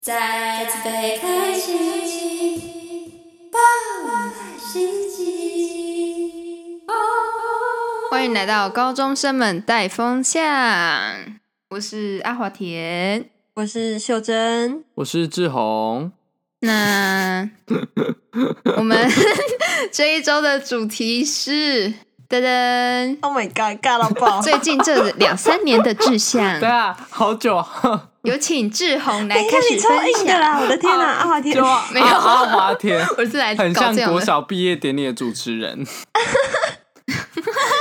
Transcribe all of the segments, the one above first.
再次被开启，爆满心机。欢迎来到高中生们带风向，我是阿华田。我是秀珍，我是志宏，那我们 这一周的主题是噔噔， Oh my god，尬到爆！最近这两三年的志向对，啊，好久，啊 就有请志宏来等一下开始你超硬分的享。啦！我的天哪，阿华天，啊没有 阿华田，我是来很搞像这种国的，小毕业典礼的主持人。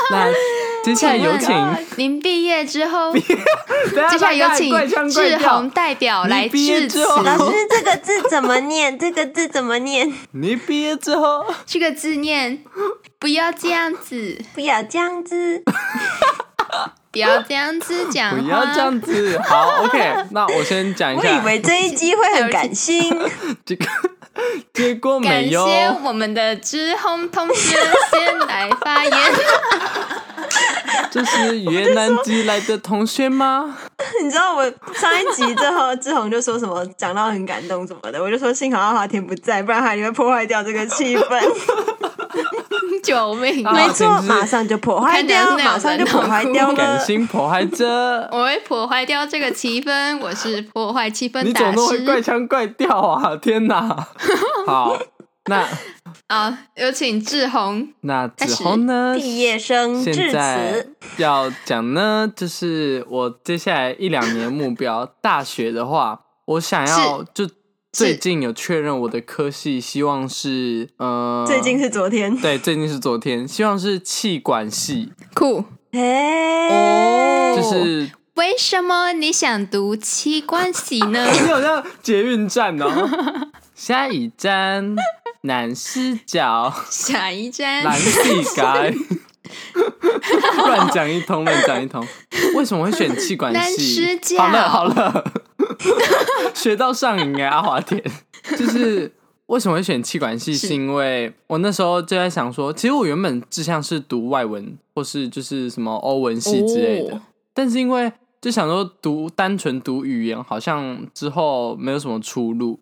那接下来有请，啊您毕业之 后，接接下来有请志宏代表来你毕业致之辞。后老师这个字怎么念？这个字怎么念？你毕业之后，这个字念，不要这样子，不要这样子，不要这样子讲话， 不要这样子。好，OK，那我先讲一我下以，为这一集会很感性，这个结果感没有。谢我们的知烘同学先来发 言。 这是越南籍来的同学吗？ 你知道我上一集之后，志宏就说什么讲到很感动什么的，我就说幸好阿华田不在，不然他就会破坏掉这个气氛。救命！啊没错，简直马上就破坏看掉，起来是那样马上就破坏掉感了。心迫害者。我会破坏掉这个气氛，我是破坏气氛你怎大么那么会怪师。腔怪调啊？天 哪！好，那好，啊有请志宏。那子红呢？毕业生致现在辞，要讲呢，就是我接下来一两年目标，大学的话，我想要就最近有确认我的科系，希望是呃，最近是昨天。对，最近是昨天，希望是气管系，酷，哎，就是为什么你想读器官系呢？你好像捷运站哦。 下一站南四角。 下一站蓝地改，乱讲一通，乱讲一通。为什么会选气管蓝狮系？角好了好了，学到上瘾哎，阿华田。就是为什么会选气管系，是是因为我那时候就在想说，其实我原本志向是读外文或是就是什么欧文系之类的，哦但是因为就想说读单纯读语言，好像之后没有什么出路，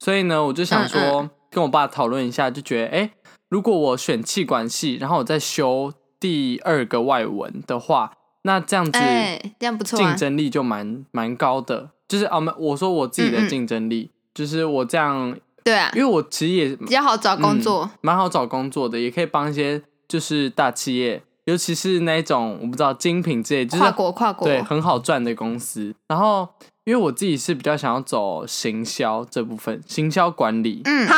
所以呢，我就想嗯说跟我爸讨论一下，就觉得哎、诶如果我选气管系，然后我再修第二个外文的话，那这样子哎，这样不错啊竞。争力就蛮蛮高的。就是啊，没我说我自己嗯的嗯竞争力，就是我这样，对啊因，为我其实也比较好找工作。嗯蛮、好找工作的，也可以帮一些就是大企业，尤其是那一种我不知道精品之类，就是跨国跨国对，很好赚的公司。然后，因为我自己是比较想要走行销这部分，行销管理嗯，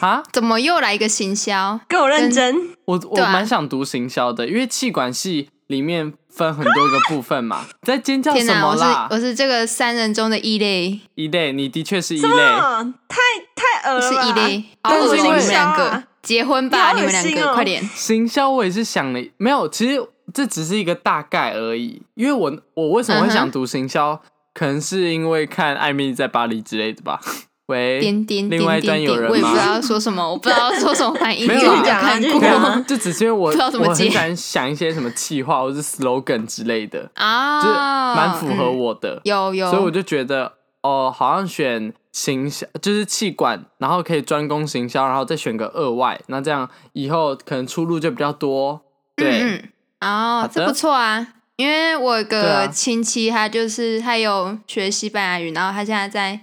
啊，怎么又来一个行销？够认真，我我对啊蛮想读行销的，因为气管系里面分很多个部分 嘛。你在尖叫天什哪，么我是啦？我是这个三人中的异类，一类，你的确是一类。哇，太太恶 我了是吧，异类，好但是恶心！啊因你为们两你个啊结婚吧，你好你恶们两心个哦快点！行销我也是想了，没有，其实这只是一个大概而已。因为我我为什么会嗯哼想读行销，可能是因为看《艾米丽在巴黎》之类的吧。喂，点点点另外一点端有点，人我也不知吗道说什么，我不知道说什么反应，没有因为啊有看继续过对对讲啊啊，就只是因为 我不知道怎么我接很想想一些什么气话或是 slogan 之类的，啊，就是蛮符合嗯，我的，有有，所以我就觉得哦，好像选行销就是气管，然后可以专攻行销，然后再选个二外，那这样以后可能出路就比较多。对，嗯嗯，哦好，这的不错啊。因为我有对个啊亲戚，他就是他有学西班牙语，然后他现在在，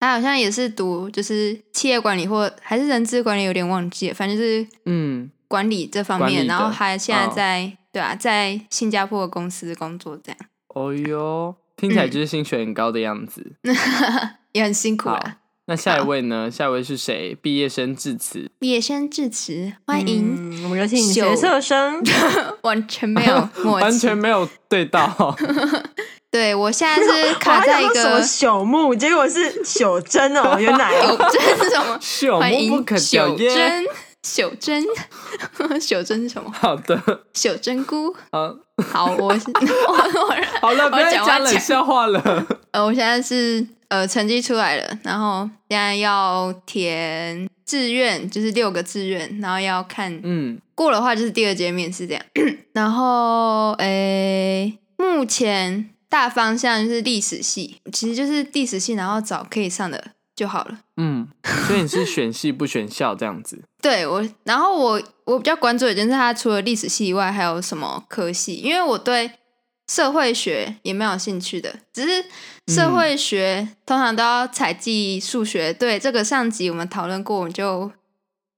他好像也是读就是企业管理或还是人资管理，有点忘记了，反正就是嗯，管理这方管面，理然后的还现在嗯在、对啊，在新加坡的公司工作，这样哦哟，听起来嗯就是薪水很高的样子。也很辛苦好啦。，那下一位呢？下一位是谁？毕业生致辞。毕业生致辞，欢迎，嗯我们有请学测生，完全没有默契， 完全没有 对到，对我现在 是卡我还在想说一什么个朽木，结果是朽真哦，原来有 哦，真是 什么？朽欢木迎不可雕朽耶。真，朽 真，朽真是什么？好的，朽真菇。好，好，我是 我我好了，不要再讲话讲冷讲笑话了。呃，我现在是呃成绩出来了，然后现在要填志愿，就是六个志愿，然后要看 嗯，过 的话就是第二节面试这样。然后诶，目前大方向就是历史系，其实就是历史系，然后找可以上的就好了。嗯，所以你是选系不选校这样子？对我，然后我我比较关注的就是他除了历史系以外还有什么科系，因为我对社会学也蛮有兴趣的。只是社会学、通常都要采集数学，对这个上集我们讨论过，我们就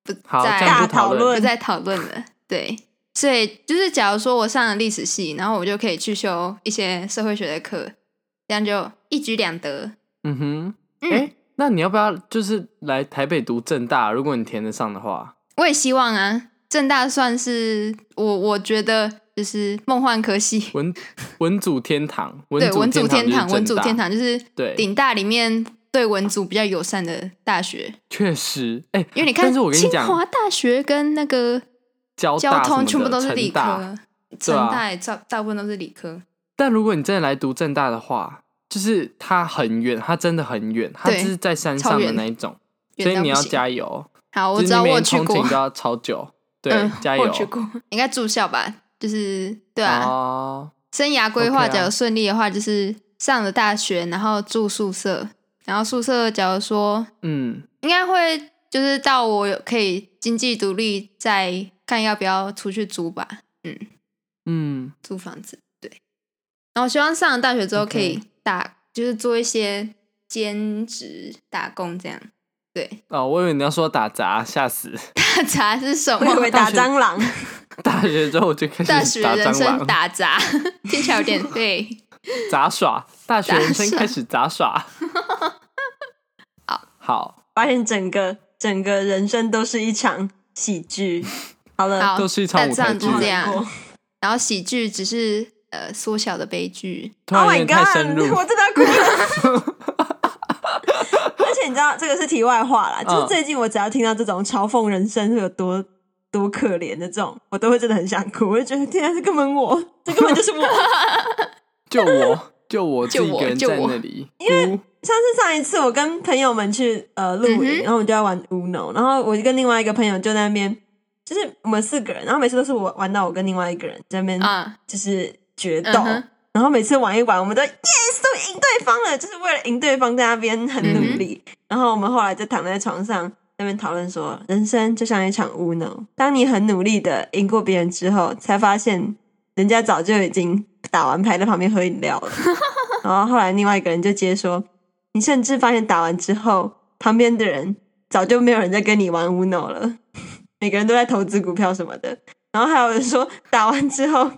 不好，再这样不大讨讨论不再讨论了。对，所以就是假如说我上了历史系，然后我就可以去修一些社会学的课，这样就一举两得。嗯哼，嗯，哎、那你要不要就是来台北读正大？如果你填得上的话，我也希望啊，正大算是我我觉得就是梦幻科系， 文 文组天堂，对，文组天堂，堂，文组天堂，堂就是对顶大里面对文组比较友善的大学，确实，哎、因为你但看是我跟你清讲，华大学跟那个交交大什么通全部的都是成理大科，对成啊大也大大部分都是理科，但如果你真的来读正大的话，就是它很远，它真的很远，它对就是在山超上的远那一种，远所以到你不要行加油。好，我就是知道你我每有天去通过勤都，要超久，对嗯，，加我油有。去过， 应该住校吧，就是对啊，哦，生涯规划 OK 啊假如顺利的话，就是上了大学，然后住宿舍，然后宿舍假如说嗯，应该会就是到我有可以经济独立，再看要不要出去租吧，嗯，租房子。对，然后希望上了大学之后 OK 可以打就是做一些兼职打工这样。对， 哦，我以为你要说打杂，吓死！ 杂是什我以为么？打蟑螂，大学之后我就开大始学打人蟑生螂，打杂， 听起来有点 对。杂耍。大学杂人生耍开始 杂耍。好，发现整个整个人生都是一场喜剧。好了，好，都是一场但舞台上剧就好这难过样。然后喜剧只是呃缩小的悲剧。突 Oh 然 my 有点太深 god！入我。真的要哭了。而且你知道，这个是题外话啦，就是嗯最近我只要听到这种嘲讽人生是有多多可怜的这种，我都会真的很想哭。我就觉得天啊，这根本我，这根本就是 我。就我，就我自 就己一我个人就在我那里。因上次上一次我跟朋友们去呃露嗯营，哼然后我们就在玩 Uno，然后我就跟另外一个朋友就在那边，就是我们四个人，然后每次都是我玩到我跟另外一个人在那嗯边啊，就是决斗，嗯哼然后每次玩一玩，我们都 yes 都赢对方了，就是为了赢对方在那边很努力。然后我们后来就躺在床上那边讨论说，人生就像一场 Uno，当你很努力的赢过别人之后，才发现人家早就已经打完牌在旁边喝饮料了。然后后来另外一个人就接说，你甚至发现打完之后，旁边的人早就没有人在跟你玩 Uno 了， 每个人都在投资股票什么的。然后还有人说，打完之后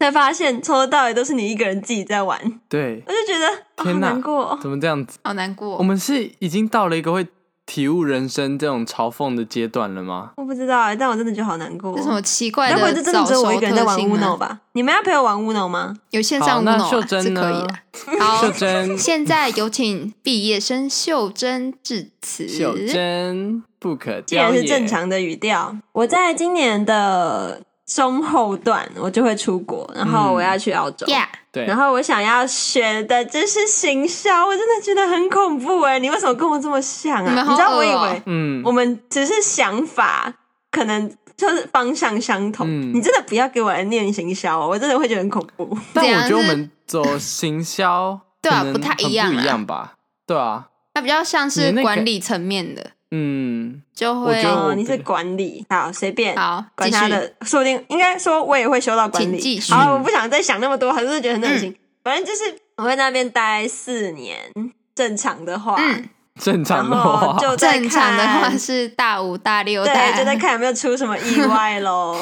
才发现从头到尾都是你一个人自己在玩，对，我就觉得、哦、好天哪难过哦、怎么这样子？好难过。我们是已经到了一个会体悟人生这种嘲讽的阶段了吗？我不知道哎、但我真的觉得好难过、哦。这什么奇怪该的不会这真的只有我一个人在玩早熟特性 Uno 吗？吧？你们要陪我玩 Uno 吗？有线好，上 Uno 那啊秀是珍可呢以的。？好 秀， 珍，现在有请毕业生秀珍致辞。秀珍不可既然雕是也。正常的语调，我在今年的中后段我就会出国，然后我要去澳洲。呀，嗯对，然后我想要学的就是行销，我真的觉得很恐怖哎、你为什么跟我这么像啊？你们好知道恶我以哦为嗯我，们只是想法可能就是方向相同。嗯你真的不要给我来念行销、哦，我真的会觉得很恐怖。但这我样觉得我是 们走行销，对啊可能不太很一样不一啊样吧？对啊，它比较像你是那个管理层面的，嗯，就我会觉得哦，我你是管理，好随便，好管继他续的，说不定应该说我也会修到管请理继。续嗯好，我不想再想那么多，还是觉得很恶心。反正就是我会在那边待四年，正常的话，嗯正然常的后话，就在正常的看话是大五、大六、对，大就在看有没有出什么意外 喽。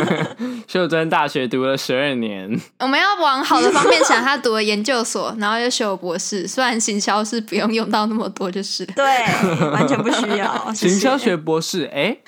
秀珍大学读了十二年，我们要往好的方面想，他读了研究所，然后又修了博士。虽然行销是不用用到那么多， 就是了对，完全不需要。谢谢行销学博士，哎，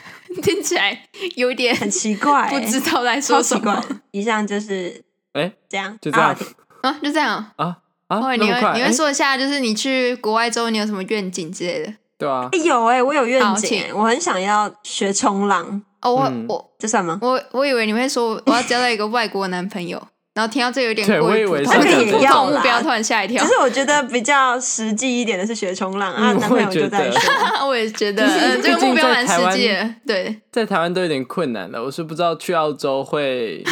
听起来有 点很奇怪、不知道在超说奇什怪么。。以上就是哎，这样，就这样啊啊，就这样啊哦。啊，会那你么快，会你会哎说一下，就是你去国外之后，你有什么愿景之类的？对啊哎、，有哎、我有愿好景、请我很想要学冲浪，哦，我嗯我这算吗？我我以为你会说我要交到一个外国男朋友， 然后听到这有点对过于我以为普是通，这样普子通目标突然吓一跳 只。是我觉得比较实际一点的是学冲哎浪、啊，嗯男朋友我也就觉在得说。我也觉得，就是嗯，这毕个竟目标在蛮台湾实际的。对，在台湾都有点困难了，我是不知道去澳洲会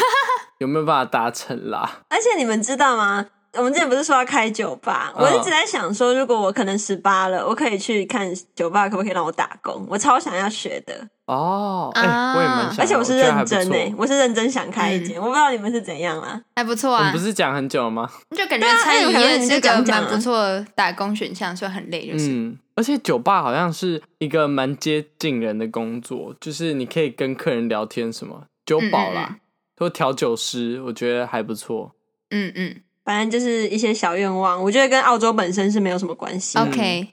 有没有办法达成啦。而且你们知道吗？我们之前不是说要开酒吧？嗯我一直在想说，如果我可能十八了，我可以去看酒吧，可不可以让我打工？我超想要学的，哦，哎、啊我也蛮想的，而且我是觉得还认不真错欸嗯哎、我是认真想开一间，我不知道你们是怎样啦。还不错我啊们不，是讲很久了吗？就感觉对啊餐饮哎我想说业你是就个讲讲蛮啊不错的打工选项，虽然很累，就是嗯，而且酒吧好像是一个蛮接近人的工作，就是你可以跟客人聊天什么，酒保嗯啦，或调酒师，我觉得还不错。嗯嗯反正就是一些小愿望，我觉得跟澳洲本身是没有什么关系。哦 ，OK，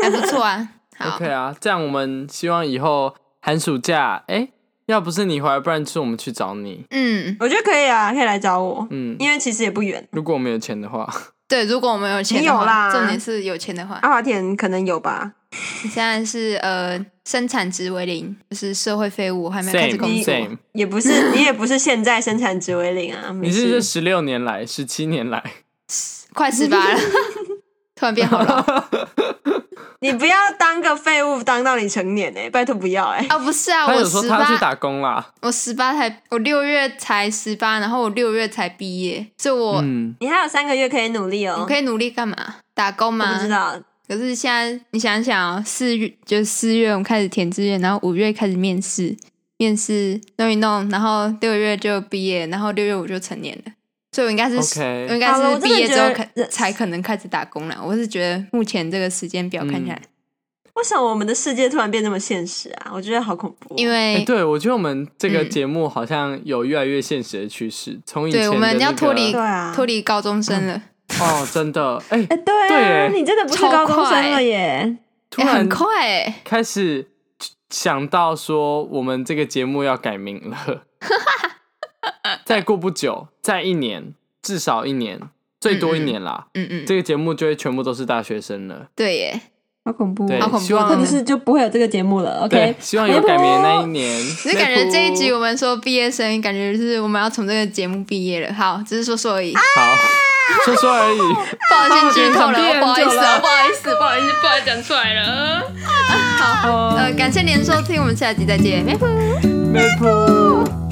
还不错啊，好嗯 OK 啊，这样我们希望以后寒暑假，哎、要不是你回来，不然就是我们去找你。嗯，我觉得可以啊，可以来找我，嗯，因为其实也不远。如果我们有钱 的话，对，如果我们有钱你的有话，啦重点是有钱的话，阿华田可能有吧，你现在是呃生产值为零，就是社会废物，我还没有开始 same 工作。嗯 same，也不是你也不是现在生产职为零啊，没你是这事。十六年来，十七 年来，快十八了， 突然变好老 你不要当个废物，当到你成年哎、拜托不要哎、啊！不是啊，他我有说十他要去八，打工啦。我十八才，我六月才十八，然后我六月才毕业，所以我、嗯，你还有三个月可以努力哦。我可以努力干嘛？打工我嘛不。知道，可是现在你想想哦，四月就是四月我们开始填志愿，然后五月开始面试，面试弄一弄，然后六月就毕业，然后六月我就成年了。所以我应该是 OK 我应该好了是我真毕的业之后觉得开人才可能开始打工了。我是觉得目前这个时间表看起嗯来，为什么我们的世界突然变这么现实啊？我觉得好恐怖哦、因为哎、对，我觉得我们这个嗯节目好像有越来越现实的趋势，从以前对，的我们要那脱个离对啊脱离高中生了，哎哦，真的，哎、哎、对啊对耶你真的不是超高中快生了耶！突哎，然很快哎，开始想到说，我们这个节目要改名 了。再过不久，再一年，至少一年，最多一年啦，嗯嗯，这个节目就会全部都是大学生了。对耶，好恐怖对好恐怖哎啊希望真的或者是就不会有这个节目了。对 OK，，希望有改名的那一 年。只是感觉这一集好我们说毕业生，感觉就是我们要从这个节目毕业了。好，只是说说而已，说说 而已。抱歉剧透啊我觉了，得不好意思很哦，不好意思，不好意思，不好意思讲出来了。好，呃，感谢您收听，我们下集再见，拜拜。没谱。